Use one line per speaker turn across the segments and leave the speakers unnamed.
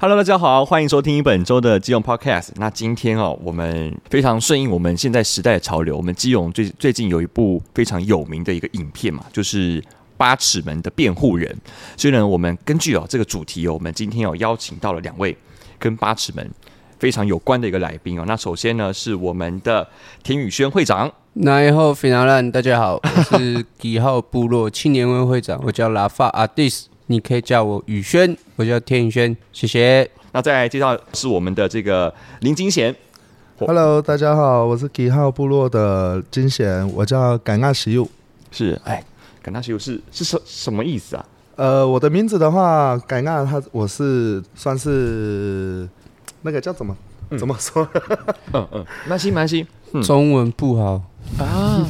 Hello，大家好，欢迎收听本周的基隆 Podcast。那今天哦，我们非常顺应我们现在时代的潮流，我们基隆最最近有一部非常有名的一个影片嘛，就是《八尺门的辩护人》。所以呢，我们根据哦这个主题哦，我们今天有邀请到了两位跟八尺门非常有关的一个来宾哦。那首先呢，是我们的田宇轩会长。
那以后非常烂，大家好，我是几号部落青年会会长，我叫拉法阿迪斯，你可以叫我宇轩，我叫天宇轩，谢谢。
那再来介绍是我们的这个林金贤。
Hello，大家好，我是吉号部落的金贤，我叫甘纳喜佑。
是，哎，感纳西有是是什什么意 思啊？
呃，我的名字的话，甘纳他我是算是那个叫怎么、怎么说？
嗯嗯，蛮西蛮西，嗯
中文不好，
啊，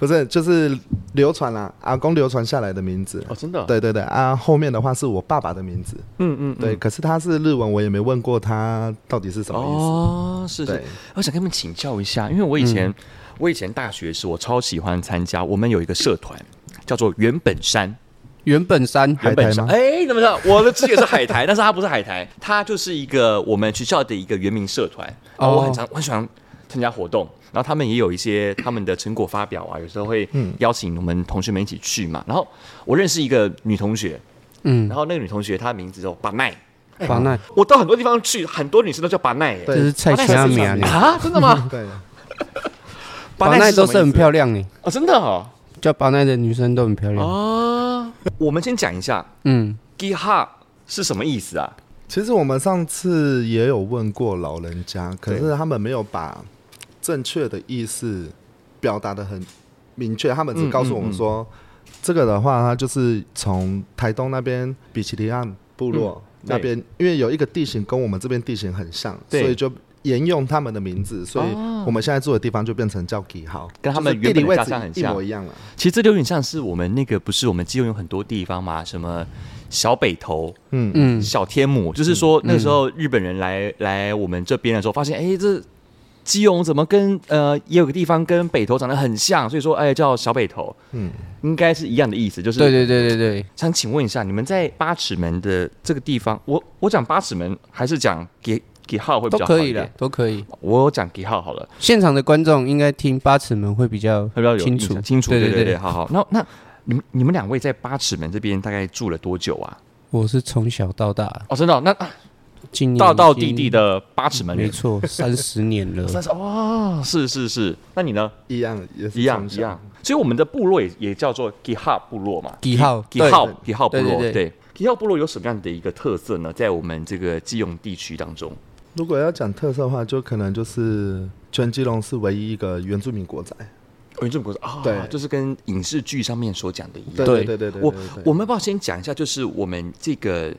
不是，就是流传啦、阿公流传下来的名字。
哦，真的，
对对对啊，后面的话是我爸爸的名字。
嗯嗯，
对，可是他是日文，我也没问过他到底是什么意思。
哦，是
对嗯
是，，我想跟你们请教一下，因为我以前、我以前大学时，我超喜欢参加，我们有一个社团叫做原本山，
原本山
海
本
苔
山，
吗？
哎，怎么着？我的职业是海苔，但是它不是海苔，它就是一个我们学校的一个原民社团。哦，我很
哦
常我很喜欢参加活动，然后他们也有一些他们的成果发表啊，有时候会
嗯
邀请我们同学们一起去嘛。然后我认识一个女同学，
嗯
然，后那个女同学她的名字叫巴奈，
巴奈，
我到很多地方去，很多女生都叫巴奈耶。
对
这是蔡奇阿米啊，你
啊，真的 吗？
对，
巴奈
什么
都是很
意思
漂亮你
哦，真的哦。
叫巴奈的女生都很漂亮，
啊，我们先讲一下
嗯，
g i h a 是什么意思啊？
其实我们上次也有问过老人家，可是他们没有把正确的意思表达的很明确，他们只告诉
嗯
我们说，这个的话，它就是从台东那边比奇利岸部落、
嗯
那边，因为有一个地形跟我们这边地形很像，所
对哦
以就。沿用他们的名字，所以我们现在住的地方就变成叫吉号，
跟他们
就是地理
原本
位
的
置
家乡很
一
像
模一样了。啊
其实这就有点像是我们那个，不是我们基隆有很多地方嘛，什么小北头、
嗯嗯，
嗯，
小天母，就是说那时候日本人来来我们这边的时候，发现哎这。基隆怎么跟呃也有个地方跟北头长得很像，所以说哎叫小北头，嗯
嗯，
应该是一样的意思，就是
对对对对对，
想请问一下，你们在八尺门的这个地方，我我讲八尺门还是讲给给号会比
都
较好
可
一
以的
点？，
都可以。
我讲给号好了，
现场的观众应该听八尺门会比较
会比较有
清
印
楚
象清楚，
对
对对
对
对，好好。那那你们你们两位在八尺门这边大概住了多久啊？
我是从小到大，
哦，真的哦、那啊
今年
道道
已经
地地，的八尺门
没
人，
错，三十年了。
但是哦，是是是，那你呢？
一样也是
一样
从
一
小
样，，所以我们的部落也也叫做吉哈部落嘛，
吉哈
吉哈
对
吉哈部落，
对对对
对吉哈部落有什么样的一个特色呢？在我们这个基隆地区当中，
如果要讲特色的话，就可能就是全基隆是唯一一个原住民国宅。
原住民国是啊，
对
就是跟影视剧上面所讲的一样。
对
对对对对，
我
对对
我们要不要先讲一下，就是我们这个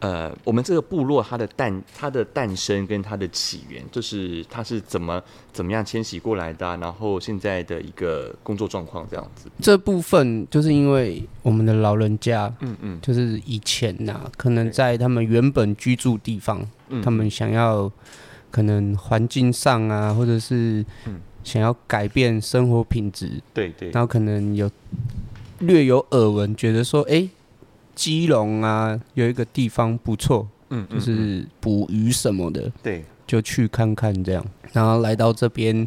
呃，我们这个部落它的诞它的诞生跟它的起源，就是它是怎么怎么样迁徙过来的啊、然后现在的一个工作状况这样子。
这部分就是因为我们的老人家，
嗯嗯
就是以前呐、可能在他们原本居住地方，
嗯
他们想要可能环境上啊，或者是想要改变生活品质，
对嗯对
然后可能有略有耳闻，觉得说，哎，基隆啊有一个地方不错，
嗯
就
嗯
是捕鱼什么的，
对，
就去看看这样。然后来到这边，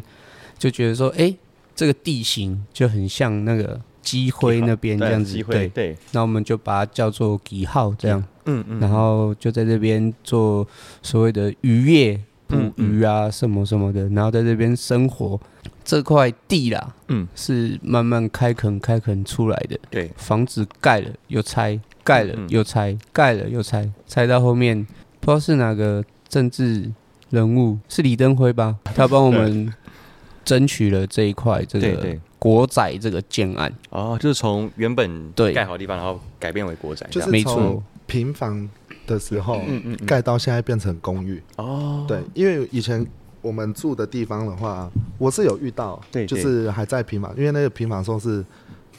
就觉得说，哎、这个地形就很像那个鸡灰那边这样子
机，会
对。
对，
那我们就把它叫做吉号这样，
嗯嗯
然后就在这边做所谓的渔业、捕
嗯
鱼啊什么什么的，然后在这边生活。这块地啦，
嗯
是慢慢开垦开垦出来的，
对，
房子盖了又拆，盖了
嗯
又拆，盖了又拆，拆到后面不知道是哪个政治人物，是李登辉吧？他帮我们争取了这一块这
对
个
对
国宅这个建案，
哦，就是从原本
对
盖好的地方，然后改变为国宅这
就
样，
是
没
从
错
平房的时候盖到现在变成公寓。
嗯哦，
对，因为以前我们住的地方的话，我是有遇到，
对
就
对
是还在平房，因为那个平房时候是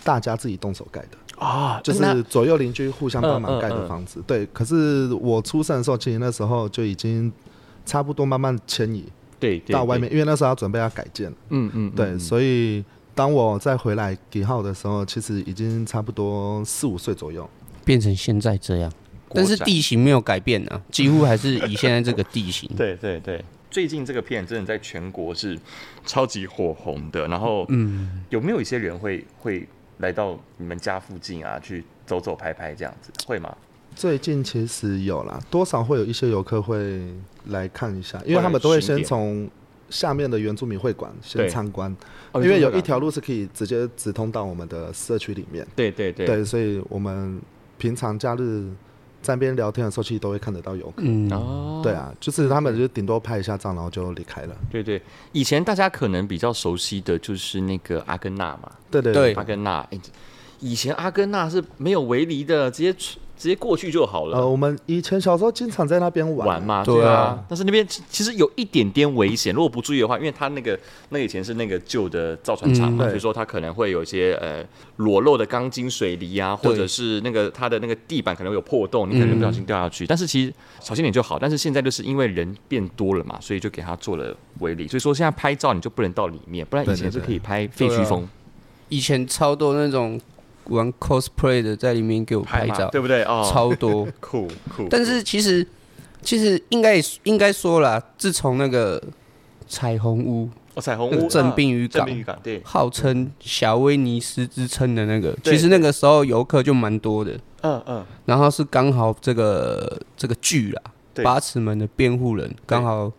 大家自己动手盖的，
啊，
就
那
是左右邻居互相
嗯
帮
嗯
忙盖
嗯
的房子。对，可是我出生的时候，其实那时候就已经差不多慢慢迁移
对对
到外，面，因为那时候要准备要改建。
对嗯嗯，
对，
嗯
所以当我再回来吉号的时候，其实已经差不多四五岁左右。
变成现在这样。但是
国展。
地形没有改变啊，几乎还是以现在这个地形
对对对，最近这个片真的在全国是超级火红的。然后，嗯，有没有一些人会会来到你们家附近啊，去走走拍拍这样子，会吗？
最近其实有啦，多少会有一些游客会来看一下，因为他们都会
巡
先
点
从下面的原住民会馆先
对哦
参观，因为有一，条路是可以直接直通到我们的社区里面。
对对对，
对，所以我们平常假日在那边聊天的时候，其实都会看得到游客。
嗯，
哦
对，啊，就是他们就顶多拍一下照，然后就离开了。
对对，以前大家可能比较熟悉的就是那个阿根纳嘛，
对对
对
阿根纳，哎以前阿根纳是没有围篱的，直接直接过去就好了。
呃，我们以前小时候经常在那边玩
玩嘛，
对啊
对啊，但是那边其其实有一点点危险，如果不注意的话，因为它那个那以前是那个旧的造船厂嘛，
嗯对
所以说它可能会有一些呃裸露的钢筋水泥啊，
对
或者是那个它的那个地板可能会有破洞，你可能不小心掉下
嗯
去。但是其实小心点就好，但是现在就是因为人变多了嘛，所以就给它做了围篱，所以说现在拍照你就不能到里面，不然以前
对对
是
对
可以拍废墟风
以前超多那种玩 cosplay 的在里面给我拍
嘛
照，
对不对？哦，
超多。
酷酷。
但是其实其实应该也应该说啦，自从那个彩虹屋
哦彩虹
那
屋
个镇病渔
啊镇
港
病渔港对，
号称小威尼斯之称的那个，
对
其实那个时候游客就蛮多的。
嗯嗯，
然后是刚好这个这个剧啦，
对
八尺门的辩护人刚好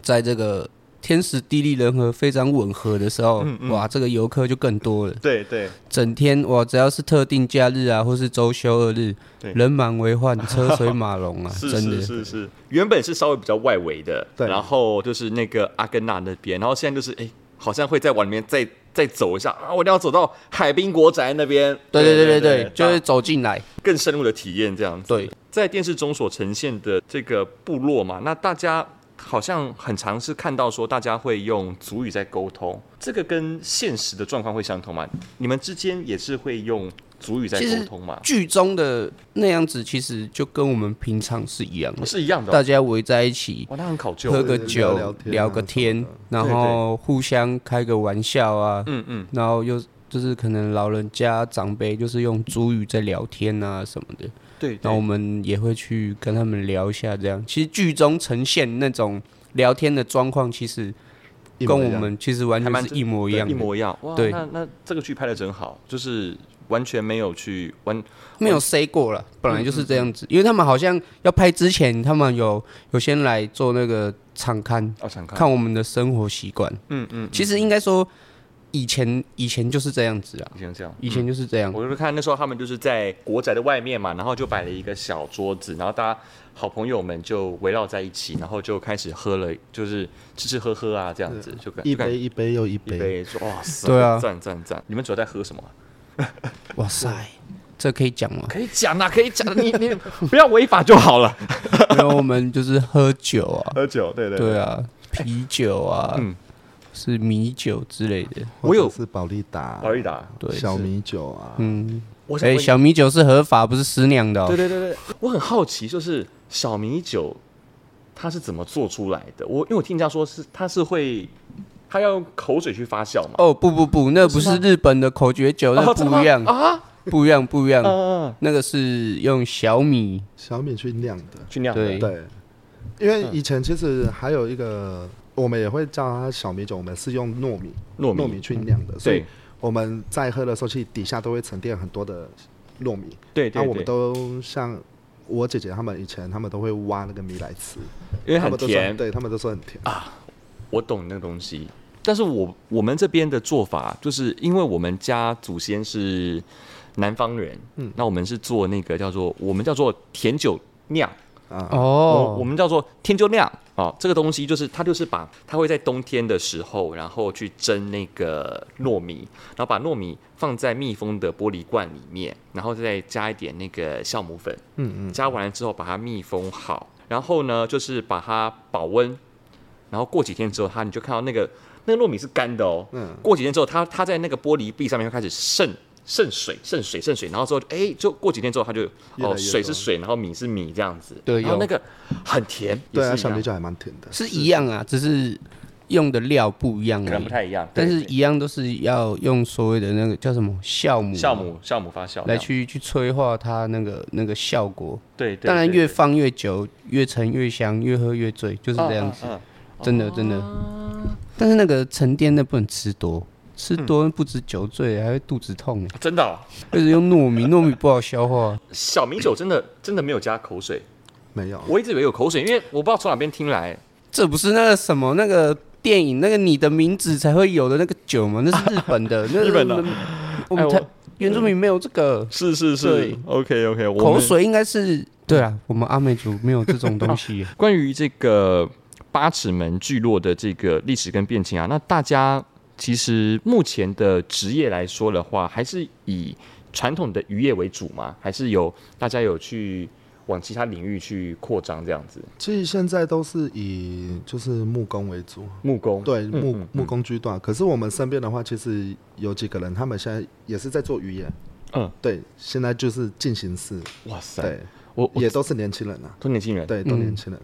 在这个天时地利人和非常吻合的时候，
嗯
哇，这个游客就更多了。
对对。
整天哇，只要是特定假日啊，或是周休二日
对，
人满为患，车 水马龙啊，
是
真
是
的。
是是，原本是稍微比较外围的，
对
然后就是那个阿根纳那边，然后现在就是哎、好像会再往里面再再走一下啊，我一定要走到海滨国宅那边，
对对对对
对
对，就是走进来，
更深入的体验这样子。
对，
在电视中所呈现的这个部落嘛，那大家好像很常是看到说大家会用族语在沟通，这个跟现实的状况会相同吗？你们之间也是会用族语在
其实
沟通吗？
剧中的那样子其实就跟我们平常是一样的，
是一样的哦、
大家围在一起
哇，那很考究
喝
哦。
个
对
酒
聊聊天啊
聊个天
什么，
然后互相开个玩笑啊，
嗯嗯，
然后又就是可能老人家长辈就是用主语在聊天啊什么的，
对，
然后我们也会去跟他们聊一下这样。其实剧中呈现那种聊天的状况，其实
一
跟
模一样
我们其实完
还
全
蛮
是一模一
对
样
一
的，
模一样。哇，
对
那那这个剧拍的真好，就是完全没有去完嗯
没有 say 过了，本来就是这样子。因为他们好像要拍之前，他们有有先来做那个场刊，
哦，想看，
看我们的生活习惯。
嗯嗯，
其实应该说，以前以前就是这样子啊，
以前这样。
以前就是这样。
我就是看那时候他们就是在国宅的外面嘛，然后就摆了一个小桌子，然后大家好朋友们就围绕在一起，然后就开始喝了，就是吃吃喝喝啊这样子，就感
一
就感
杯一杯又一
一
杯，
杯说哇塞，
对啊
赞赞赞！你们主要在喝什么啊？？
哇塞，这可以讲吗
嗯可以讲啊，可以讲，你你不要违法就好了。
然后我们就是喝酒啊，
喝酒， 对对
对啊，啤酒啊，
嗯
是米酒之类的。
或者
我有
是宝利达、
而已达，
对，
小米酒啊，
嗯，
我想
哎、
问
小米酒是合法，不是私酿的、哦。
对对对对，我很好奇，就是小米酒它是怎么做出来的？我因为我听人家说是它是会，它要用口水去发酵嘛，
哦，不不不，那不是日本的口诀酒，那
哦真的吗
不一样，
啊，
不一样，不一样。
嗯，
那个是用小米，
小米去酿的。
去酿
对
的，
对，因为
嗯
以前其实还有一个，我们也会叫它小米酒，我们是用糯米
糯米嗯
糯米去酿的，所以
对
我们在喝的时候，其实底下都会沉淀很多的糯米。
对
那
对
啊我
对，
们都像我姐姐她们以前，她们都会挖那个米来吃，
因为
她
很
们都说
甜，啊
对她们都说很甜。
我懂那个东西。但是我我们这边的做法，就是因为我们家祖先是南方人，嗯，那我们是做那个叫做我们叫做甜酒酿，我
啊
哦
我们叫做天就亮啊、哦，这个东西就是它就是把它会在冬天的时候，然后去蒸那个糯米，然后把糯米放在密封的玻璃罐里面，然后再加一点那个酵母粉，
嗯嗯，
加完了之后把它密封好，然后呢就是把它保温，然后过几天之后它你就看到那个那个糯米是干的哦，
嗯
过几天之后它它在那个玻璃壁上面会开始渗渗水渗水渗水，然后之后哎、就过几天之后它就
越来
哦
越
水是
多
水，然后米是米这样子，
对
然后
有
那个很甜，
对
也是
啊，
一
小
样
米酒还蛮甜的。
是一样啊，只是用的料不一样
可
而
能
已
不，太一样，
但
对
是
对
一样都是要用所谓的那个叫什么酵母，
酵母酵母发酵这
来
样
去去催化它那个那个效果。
对，对
当然
对
越
对
放越久，越沉越香，越喝越醉，就是这样子，
嗯嗯嗯
真的真的。
哦
但是那个沉淀的不能吃多。吃
嗯
多不止酒醉，还会肚子痛哎。
真的哦、
就是用糯米，糯米不好消化。
小米酒真的真的没有加口水，
没有，
我一直以为有口水，因为我不知道从哪边听来。
这不是那个什么那个电影那个你的名字才会有的那个酒吗？那是日本的，那
日本的。
嗯我们
哎
台
我
原住民没有这个
是是
对
，OK OK，我
口
们
水，应该是对啊，我们阿美族没有这种 东西。
关于这个八尺门聚落的这个历史跟变迁啊，那大家其实目前的职业来说的话，还是以传统的渔业为主吗？还是有大家有去往其他领域去扩张这样子？
其实现在都是以就是木工为主，
木工，
对
嗯
木
嗯
木工居多。可是我们身边的话，其实有几个人，他们现在也是在做渔业，
嗯，
对，现在就是进行式，
哇塞，
对，
我我
也都是年轻人啊，
都年轻人，
对，都
嗯
年轻人，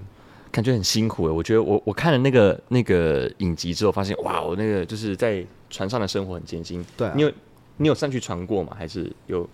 感觉很辛苦欸诶，我觉得我我看了那个那个影集之后，发现哇，我那个就是在船上的生活很艰辛。
对啊
你有你有上去船过吗？还是有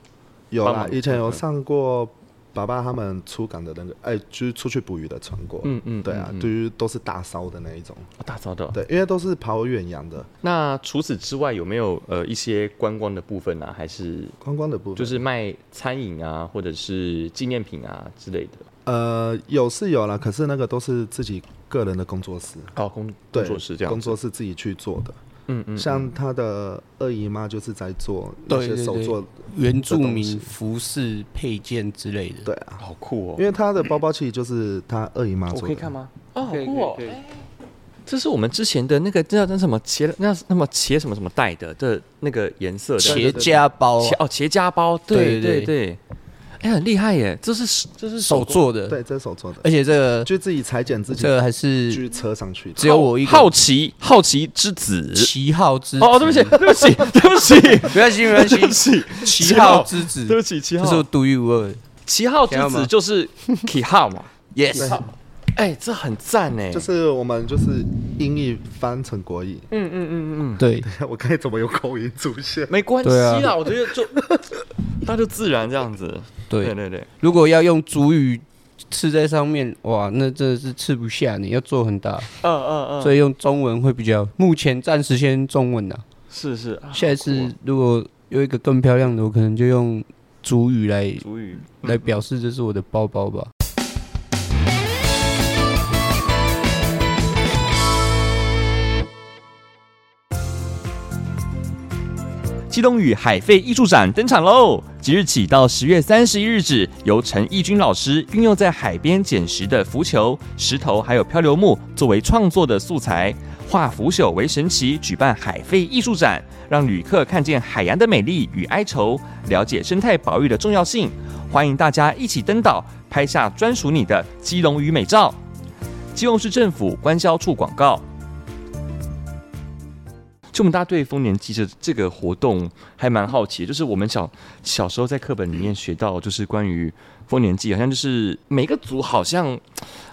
有
帮
啦，
忙
以前有
嗯
上过爸爸他们出港的那个，哎，就是出去捕鱼的船过，
嗯嗯
对啊，
嗯嗯
就是都是大烧的那一种，
哦打扫的哦？
对，因为都是跑远洋的，
那除此之外有没有呃一些观光的部分啊？还是
观光的部分，
就是卖餐饮啊，或者是纪念品啊之类的？
呃，有是有啦，可是那个都是自己个人的工作室，
哦，工
对
工作室这样子，
工作室自己去做的。
嗯嗯，
像他的二姨妈就是在做那
对
些
对
手
对
做，
原住
这东西
民服饰配件之类的。
对啊，
好酷哦
因！为他的包包其实就是他二姨妈
我
做
可以看
的。
吗？哦，好
可以
酷哦
可以可以！
这是我们之前的那个那那什么茄那那么茄什么什么带的的那个颜色的
茄家包啊
茄哦茄家包，对对
对对
对，哎、很厉害耶！这是这是
手
工，
做的，
对，这是手做的，
而且这个
就自己裁剪自己
这个还是
去车上去的。
只有我一
好
个
奇好奇之子。
旗号之
哦，对不起，对不起，对不 起，
不要心没 关
对不
系，
起，
旗号之子，
对不起，七
这是
号，
我独一无二的。
七号之
想要
子
吗
就是 k 号嘛。
Yes，
哎，这很赞哎，
就是我们就是音译翻成国译，
嗯嗯嗯啊嗯，
对，
我该怎么有口音出现？
没关系
对
啦，我觉得就 那就自然这样子。
对
对对对，
如果要用主语刺在上面，哇，那真的是吃不下你，要做很大，
嗯嗯嗯，
所以用中文会比较。目前暂时先中文呐，
是是，啊
下
好
一
酷
次如果有一个更漂亮的，我可能就用主语来
哦主语
来表示这是我的包包吧。
基隆屿海废艺术展登场喽！即日起到十月三十一日止，由陈义军老师运用在海边捡拾的浮球、石头还有漂流木作为创作的素材，化腐朽为神奇，举办海废艺术展，让旅客看见海洋的美丽与哀愁，了解生态保育的重要性。欢迎大家一起登岛，拍下专属你的基隆屿美照。基隆市政府关销处广告。就我们大家对丰年祭这这个活动还蛮好奇的，就是我们小小时候在课本里面学到，就是关于丰年祭，好像就是每个组好像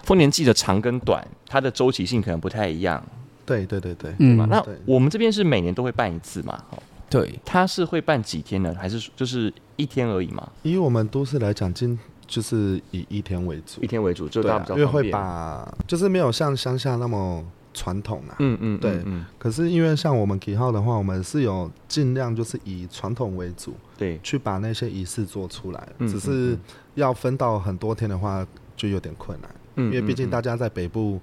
丰年祭的长跟短，它的周期性可能不太一样
对对对对，
嗯
嘛。那
对
我们这边是每年都会办一次嘛，哦
对，
它是会办几天呢？还是就是一天而已嘛？
以我们都市来讲，今就是以一天为主
一，天为主，就
对
大
啊，
家
因
比
为
较方
会
便。
把就是没有像乡下那么传统啊。
嗯嗯，嗯
对
嗯
可是因为像我们吉号的话，我们是有尽量就是以传统为主，
嗯对，
去把那些仪式做出来，
嗯
只
嗯
是
嗯
要分到很多天的话，就有点困难，
因
因为
嗯
毕竟大家在北部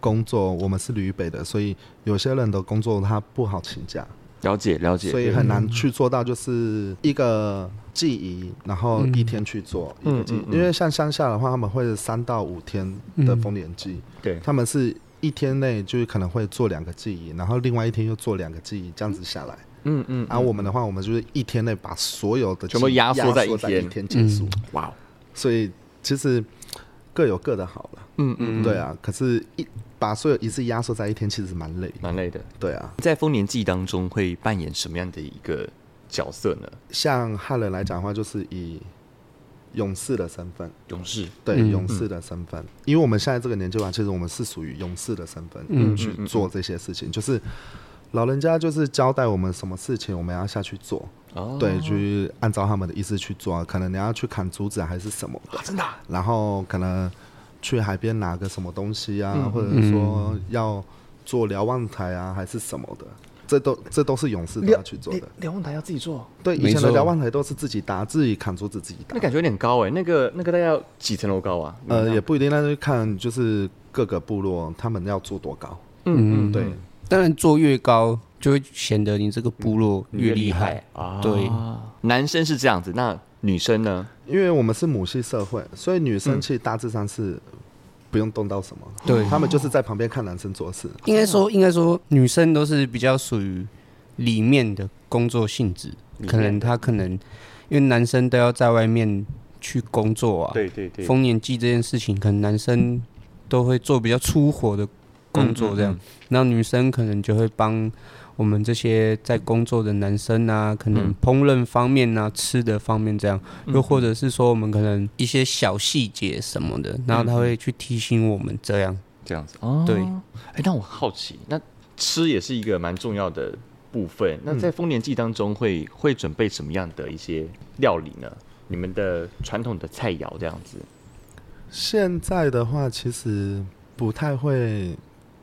工作，我们是旅北的，所以有些人的工作他不好请假，
了解了解，
所以很难去做到就是一个记忆，然后一天去做一
嗯
个记
嗯嗯
忆，因为像乡下的话，他们会三到五天的丰年祭，
嗯对
他们是。一天内就是可能会做两个记忆，然后另外一天又做两个记忆，这样子下来。
嗯嗯，
然后我们的话，我们就是一天内把所有的
全部压缩
缩
在
在
一天
一天结束。
嗯
哇哦，
所以其实各有各的好了，
嗯嗯，
对啊。可是一把所有仪式压缩在一天，其实蛮累的，
蛮累的。
对啊。
在丰年祭当中会扮演什么样的一个角色呢？
像汉人来讲的话，就是以勇士的身份，
勇士
对、
嗯
勇士的身份，因为我们现在这个年纪吧，其实我们是属于勇士的身份、
嗯
去做这些事情，就是老人家就是交代我们什么事情我们要下去做，
哦，
对，去按照他们的意思去做，可能你要去砍竹子还是什么的，
啊真的啊
然后可能去海边拿个什么东西啊，
嗯
或者说要做瞭望台啊，还是什么的，这都这都是勇士都要去做的。
瞭望台要自己做，
对，以
没
前的
错
瞭望台都是自己搭，自己砍竹子自己搭
那，感觉有点高哎、那个那个大概要几层楼高啊？
呃，也不一定，那就看就是各个部落他们要做多高。
嗯
对，
当然做越高，就会显得你这个部落
嗯
越厉害。
啊
对，
男生是这样子，那女生呢？
因为我们是母系社会，所以女生其实大致上是不用动到什么，
对
他们就是在旁边看男生做事。
应该
哦
说，应该说，女生都是比较属于里面的工作性质，可能她可能因为男生都要在外面去工作啊，
对对
丰年祭这件事情，可能男生都会做比较粗活的工
嗯
作，这样，然后女生可能就会帮我们这些在工作的男生
嗯
啊，可能烹饪方面啊、吃的方面这样，又或者是说我们可能一些小细节什么
嗯
的，然后他会去提醒我们这样。
这样子哦。
对
哎、那我好奇，那吃也是一个蛮重要的部分。那在丰年祭当中会会准备什么样的一些料理呢？你们的传统的菜肴这样子，
现在的话，其实不太会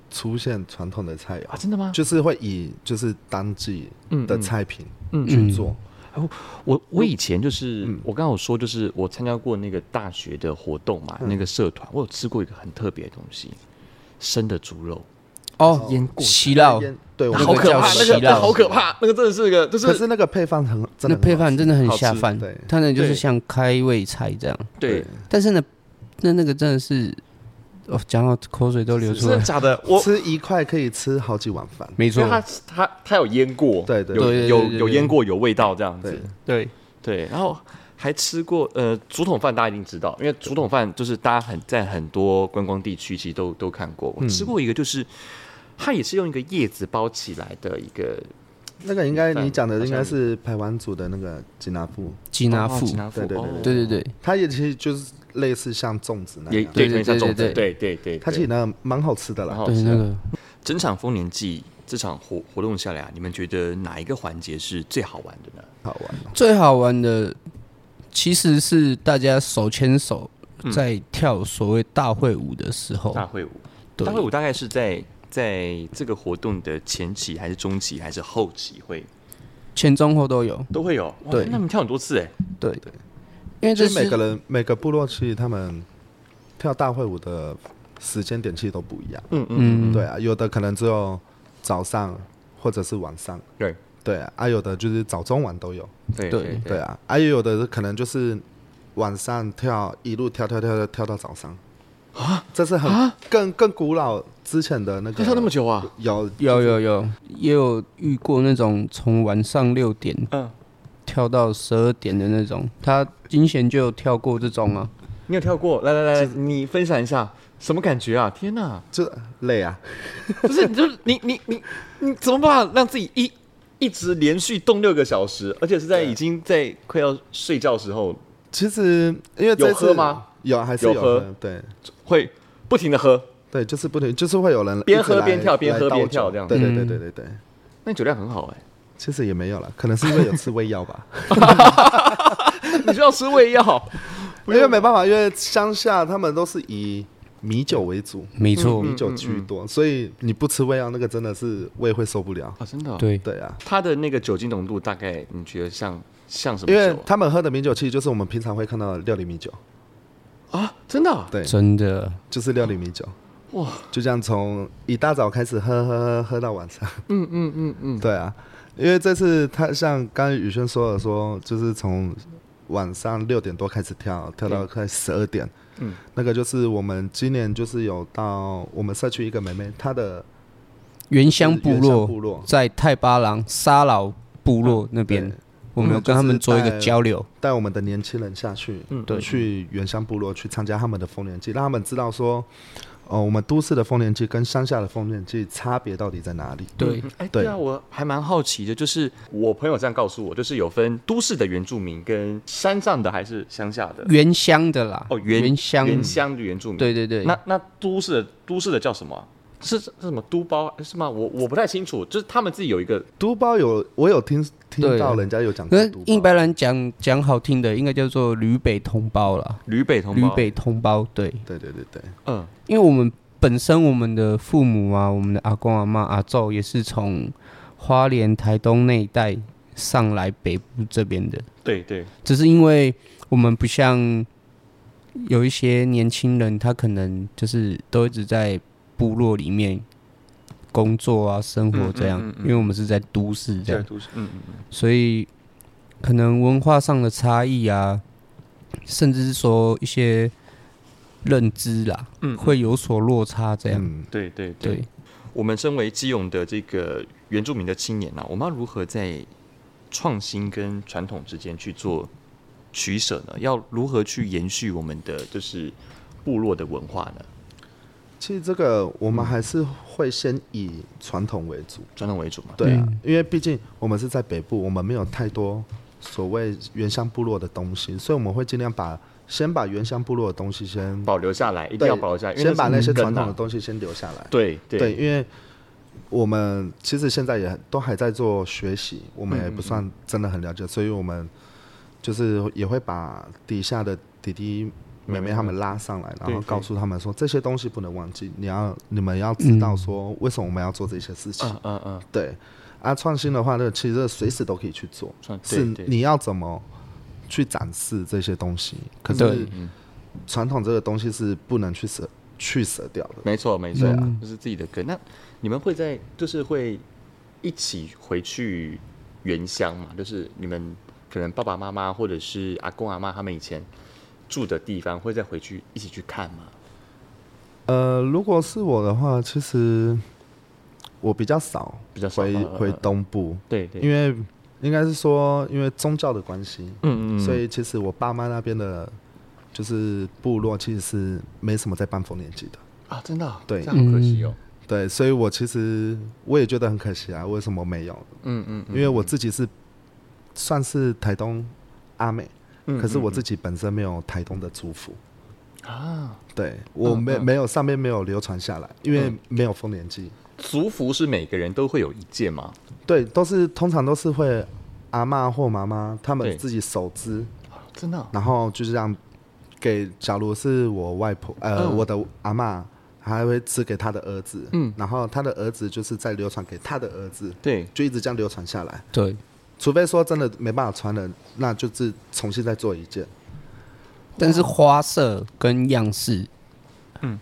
出现传统的菜肴，
啊真的吗
就是会以就是当季的菜品
嗯
去做。
我我以前就是、
嗯
我刚刚有说，就是我参加过那个大学的活动嘛，那个社团，我有吃过一个很特别的东西，生的猪肉，
哦
腌过
奇酪，
对，我
那
们
好可怕
叫
那个
喜
那
酪
好
可怕，那个真的是个，就
可是那个配方很，
那
真的很好
配饭真的很
好吃
下饭
对，
它那就是
对
像开胃菜这样。
对，
但是呢，那那个真的是，哦，讲到口水都流出
真的
来。
假的？我
吃一块可以吃好几碗饭。
没
因
错
为，它它它有腌过，
对对
有
对对
有
对对
有腌过，有味道这样子
对，
对，
对，然后还吃过呃竹筒饭，大家一定知道，因为竹筒饭就是大家很在很多观光地区其实都都看过，我
嗯
吃过一个就是。它也是用一个叶子包起来的一个
那个应该
饭
你讲的
好
应
像
该是排湾族的那个吉拿富，
吉拿富，
拿富，
对对对
哦
对对对，
它也其实就是类似像粽子那
也
样，
对，
对
有点像粽子，
对
对对对，
它其实那个蛮好吃的
然
啦。
后
对那个
整场丰年祭这场活活动下来啊，你们觉得哪一个环节是最好玩的呢？
好玩哦。
最好玩的其实是大家手牵手在跳所谓大会舞的时候，
嗯大会舞，
对
大会舞大概是在在这个活动的前期还是中期还是后期会
前中后都有。
都会有，哇
对
那你们跳很多次哎，
对，因为这
就是
是
每个人每个部落其实他们跳大会舞的时间点其实都不一样。
嗯嗯，
嗯，
对啊，有的可能只有早上或者是晚上，
对
对啊，啊有的就是早中晚都有，
对
对
对
对，啊，啊也有的可能就是晚上跳一路跳跳跳跳跳到早上。啊，这是很更更古老之前的那个
要跳那么久啊？
有
有有有，也有遇过那种从晚上六点
嗯，
跳到十二点的那种，他金贤就有跳过这种啊，
你有跳过？来来来，你分享一下什么感觉啊？天哪，
就累啊，
不是，你就是 你你你你怎么办法让自己一一直连续动六个小时，而且是在已经在快要睡觉的时候
其实因为这
有
次
喝吗？
有还是
有
有
喝
喝，对
会不停的喝，
对，就是不停，就是会有人
边
一直
喝
来
边跳边
来
喝边
倒
跳
酒
这样
对对
嗯
对对对对，
那酒量很好哎、
其实也没有了，可能是因为有吃胃药吧，
你需要吃胃药，
因为没办法，因为乡下他们都是以米酒为主，
没错，
米酒居
嗯
多，所以你不吃胃药，那个真的是胃会受不了。
啊，真的、 哦。
对，
对啊，
它的那个酒精浓度大概你觉得像像什么
因为
酒啊
他们喝的米酒其实就是我们平常会看到的料理米酒，
啊？真的啊、
对，
真的，
就是料理米酒，
哇，
就这样从一大早开始喝喝喝喝到晚上。
嗯嗯嗯嗯，
对啊，因为这次他像刚刚宇轩说的说，就是从晚上六点多开始跳，跳到快十二点。
嗯，
那个就是我们今年就是有到我们社区一个妹妹，她的
原乡部
原乡
落啊
部落
在泰巴郎沙老部落那
嗯
边
对，
我们有跟他们做一个交流，
带我们的年轻人下去，
嗯
对
去原乡部落去参加他们的丰年祭，让他们知道说，哦，我们都市的丰年祭跟乡下的丰年祭差别到底在哪里？
对
嗯，哎，
对
对啊，我还蛮好奇的，就是我朋友这样告诉我，就是有分都市的原住民跟山上的还是乡下的
原乡的啦，
哦，原
呃原乡，
原乡的原住民。
对对对，
那那都市的都市的叫什么啊、是是什么都包是吗？我我不太清楚，就是他们自己有一个
都包有我有听听
对
到人家有讲过
可是
都包，
硬白兰讲讲好听的，应该叫做吕北同胞啦，
吕北同
吕
胞，
北同胞，对，
对对对对，
嗯，
因为我们本身我们的父母啊，我们的阿公阿妈阿昼也是从花莲、台东那一带上来北部这边的，
对对，
只是因为我们不像有一些年轻人，他可能就是都一直在部落里面工作啊、生活这样，
嗯嗯嗯嗯
因为我们是在都市这
在
样，
都市，嗯嗯嗯，
所以可能文化上的差异啊，甚至是说一些认知啦，
嗯
会有所落差这样。
嗯，
对对对。
对，
我们身为基隆的这个原住民的青年啊，我们要如何在创新跟传统之间去做取舍呢？要如何去延续我们的就是部落的文化呢？
其实这个我们还是会先以传统为主，
传统为主嘛，
对啊
嗯，
因为毕竟我们是在北部，我们没有太多所谓原乡部落的东西，所以我们会尽量把先把原乡部落的东西先
保留下来，一定
对
要保留下来，因为
先把那些
是根
传统的
啊
东西先留下来。
对
对，因为我们其实现在也都还在做学习，我们也不算真的很了解，所以我们就是也会把底下的弟弟。妹妹他们拉上来，然
对
后
对
告诉他们说这些东西不能忘记，你要你们要知道说为什么我们要做这些事情。
嗯嗯嗯，
对，啊，创新的话呢，其实随时都可以去做，
传
是
对对
你要怎么去展示这些东西。可
对
是传统这个东西是不能去舍去舍掉的。
没错没错啊
嗯，
就是自己的根。那你们会在就是会一起回去原乡嘛？就是你们可能爸爸妈妈或者是阿公阿妈他们以前住的地方，会再回去一起去看吗？
呃，如果是我的话，其实我比较少
比较少
回
嗯嗯嗯
回东部，
对对，
因为应该是说因为宗教的关系，
嗯
所以其实我爸妈那边的，就是部落其实是没什么在办丰年祭的。
啊，真的啊、
对
这样好可惜哦。
对，所以我其实我也觉得很可惜啊，为什么没有？
嗯嗯
因为我自己是算是台东阿美，
嗯
可是我自
己
己本身没有台东的族谱，
啊，
对我
嗯
没、
嗯
没有上面没有流传下来，因为没有丰年祭。
族服是每个人都会有一件吗？
对，都是通常都是会阿嬷或妈妈他
对
们自己手织，
啊真的啊、
然后就是这样给。假如是我外婆，呃，
嗯
我的阿嬷还会织给他的儿子，
嗯
然后他的儿子就是再流传给他的儿子，
对，
就一直这样流传下来。
对，
除非说真的没办法穿了，那就是重新再做一件。
但是花色跟样式，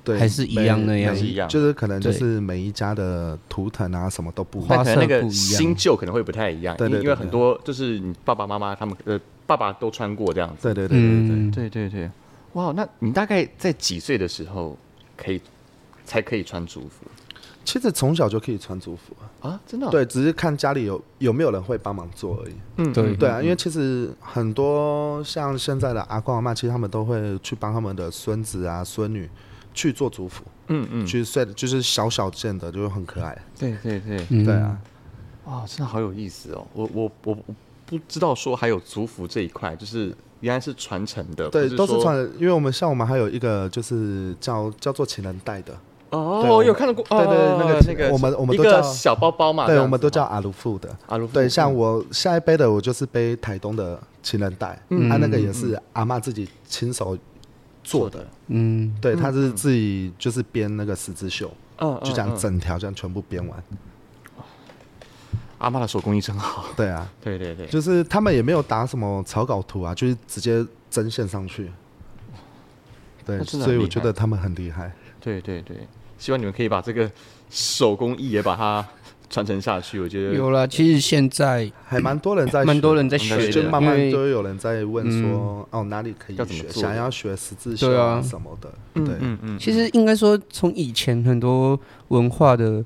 对，
还是一样
每
那样
每
还是一样
就是可能就
对
是每一家的图腾啊什么都不一
花
样。
但可能那
色
个
不一样
新旧可能会不太一样，
对对对
因为很多就是你爸爸妈妈他们呃爸爸都穿过这样子。
对对对对对。
嗯，
对对对，哇，那你大概在几岁的时候可以才可以穿族服
其实从小就可以穿族服啊，
啊？真的、，
对，只是看家里有有没有人会帮忙做而已。
嗯
对
对啊，因为其实很多像现在的阿公阿妈，其实他们都会去帮他们的孙子啊、孙女去做族服，
嗯嗯，
去睡，就是小小件的，就是很可爱。啊
对对对，
嗯
对啊，，
哇，真的好有意思哦！我我我我不知道说还有族服这一块，就是原来是传承的，
对，
不
都是
说
穿的，因为我们像我们还有一个就是叫叫做情人带的，对
哦，
我
我
们
有看到过，
对对
哦
那个
那个
我们我们
一
都
个
叫
小包包嘛，啊这
对，
样
我们
子哦嗯
都叫
嘛
阿鲁富的。
阿鲁夫
对，像我下一杯的，我就是背台东的情人带，
嗯
啊，那个也是阿妈自己亲手做的，
嗯，
对，她是自己就是编那个十字绣，
嗯，嗯
就这样
嗯
整条这样全部编完，
阿妈的手工艺真好，
对啊。
对对对，
就是他们也没有打什么草稿图啊，就是直接针线上去。对，
那真的很
所以
厉
我
害
觉得他们很厉害。
对对对，希望你们可以把这个手工艺也把它传承下去，我觉得
有啦。其实现在
还蛮多人在学，
蛮多人在
应该
学
是
的，
就慢慢
因为嗯
就有人在问说，哦，哪里可以
要怎么
学？
做
想要学十字绣
对啊
什么的。对，
嗯嗯
其实应该说，从以前很多文化的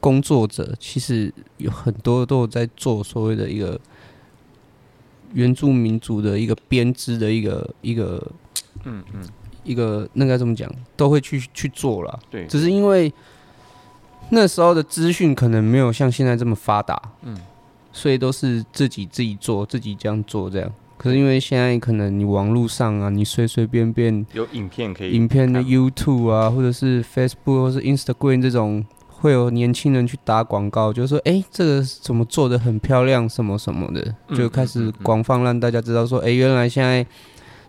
工作者，其实有很多都有在做所谓的一个原住民族的一个编织的一个一个
嗯嗯，
一个那该怎么讲，都会去去做啦。
对，
只是因为那时候的资讯可能没有像现在这么发达，嗯，所以都是自己自己做，自己这样做这样。可是因为现在可能你网络上啊，你随随便便
有影片可以
影片的
看
YouTube 啊，或者是 Facebook 或是 Instagram 这种，会有年轻人去打广告，就说哎、诶这个怎么做的很漂亮，什么什么的，
嗯
就开始广泛让大家知道说，哎、原来现在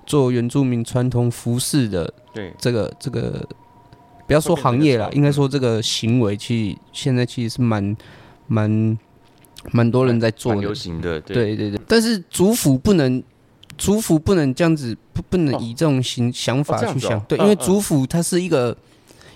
做原住民传统服饰的
对
这个这个，不要说行业啦
会变成一个潮，流
应该说这个行为，其实现在其实是蛮蛮蛮多人在做
蛮
的
流。行的，对
对对对，但是族服不能，族服不能这样子，不不能
哦
以这种形想
哦
法
这样
去
子哦
想，对，
嗯
因为
嗯
族服它是一个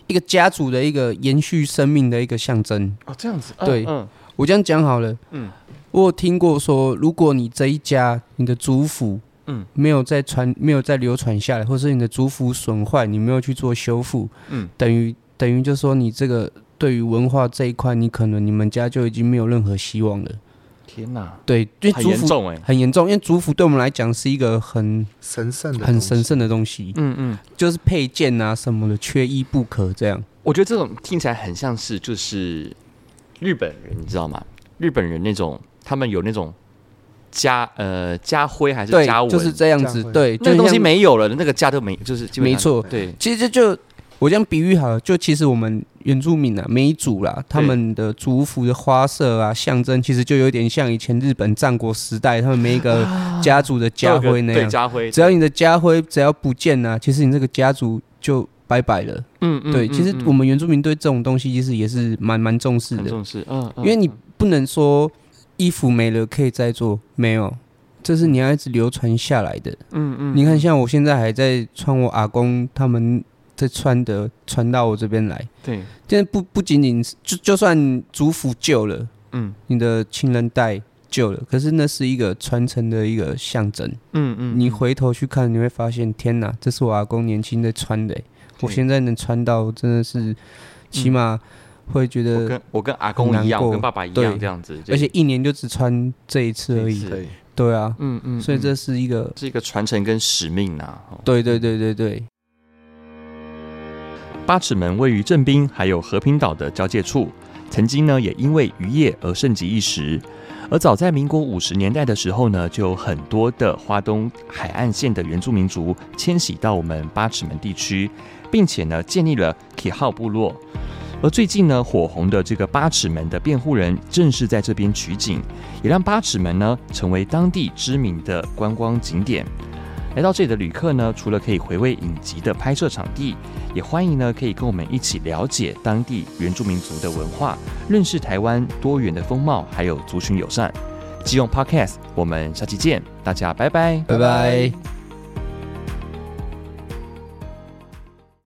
一个家族的一个延续生命的一个象征。
哦，这样子，
对
嗯
我这样讲好了，
嗯
我有听过说，如果你这一家你的族服，
嗯
嗯，没有再传，没有再流传下来，或是你的族服损坏，你没有去做修复，
嗯
嗯，等于等于就说你这个对于文化这一块，你可能你们家就已经没有任何希望了。
天哪，
对，因为
很
族
严
服
重哎，
很严重，因为族服对我们来讲是一个很
神圣的
很
东西
神圣的东西，
嗯嗯，
就是配件啊什么的，缺一不可这样。
我觉得这种听起来很像是就是日本人，你知道吗？日本人那种他们有那种家呃家徽还是
对
家，纹，
就是这样
家
子。
纹
对，
那
就
个东西
像
没有了，那个家都没，就是基本上
没错。
对
其实这就我这样比喻好了，就其实我们原住民啊，每一族啦，他们的族服的花色啊，象征其实就有点像以前日本战国时代他们每一个
啊
家族的家
都有
徽
个
那
对
样。
家徽，
只要你的家徽只要不见啊，其实你这个家族就拜拜了。
嗯嗯，
对，
嗯
其实
嗯
我们原住民对这种东西其实也是蛮蛮重视
很
的。
重视，嗯，嗯
因为你不能说衣服没了可以再做，没有，这是你要一直流传下来的。
嗯嗯，
你看，像我现在还在穿我阿公他们在穿的，传到我这边来，
对，
但是不不仅仅是就就算族服旧了，
嗯
你的情人带旧了，可是那是一个传承的一个象征。
嗯嗯，
你回头去看，你会发现，天哪，这是我阿公年轻在穿的欸、我
对嗯
现在能穿到，真的是起码会觉
我
得
跟我跟阿公一
很
样，
难过
我跟爸爸一样
对
这样子，对
而且一年就只穿这一次而
这一
已
次。
对，
对啊，
嗯嗯，
所以
嗯
这是一个，
是一个传承跟使命呐、哦
对对对对对，
八尺门位于正滨还有和平岛的交界处，曾经呢也因为渔业而盛极一时。而早在民国五十年代的时候呢，就有很多的花东海岸线的原住民族迁徙到我们八尺门地区，并且呢建立了 k 号部落。而最近呢，火红的这个八尺门的辩护人正是在这边取景，也让八尺门呢成为当地知名的观光景点。来到这里的旅客呢，除了可以回味影集的拍摄场地，也欢迎呢可以跟我们一起了解当地原住民族的文化，认识台湾多元的风貌，还有族群友善。基用 Podcast，我们下期见，大家拜拜。
拜拜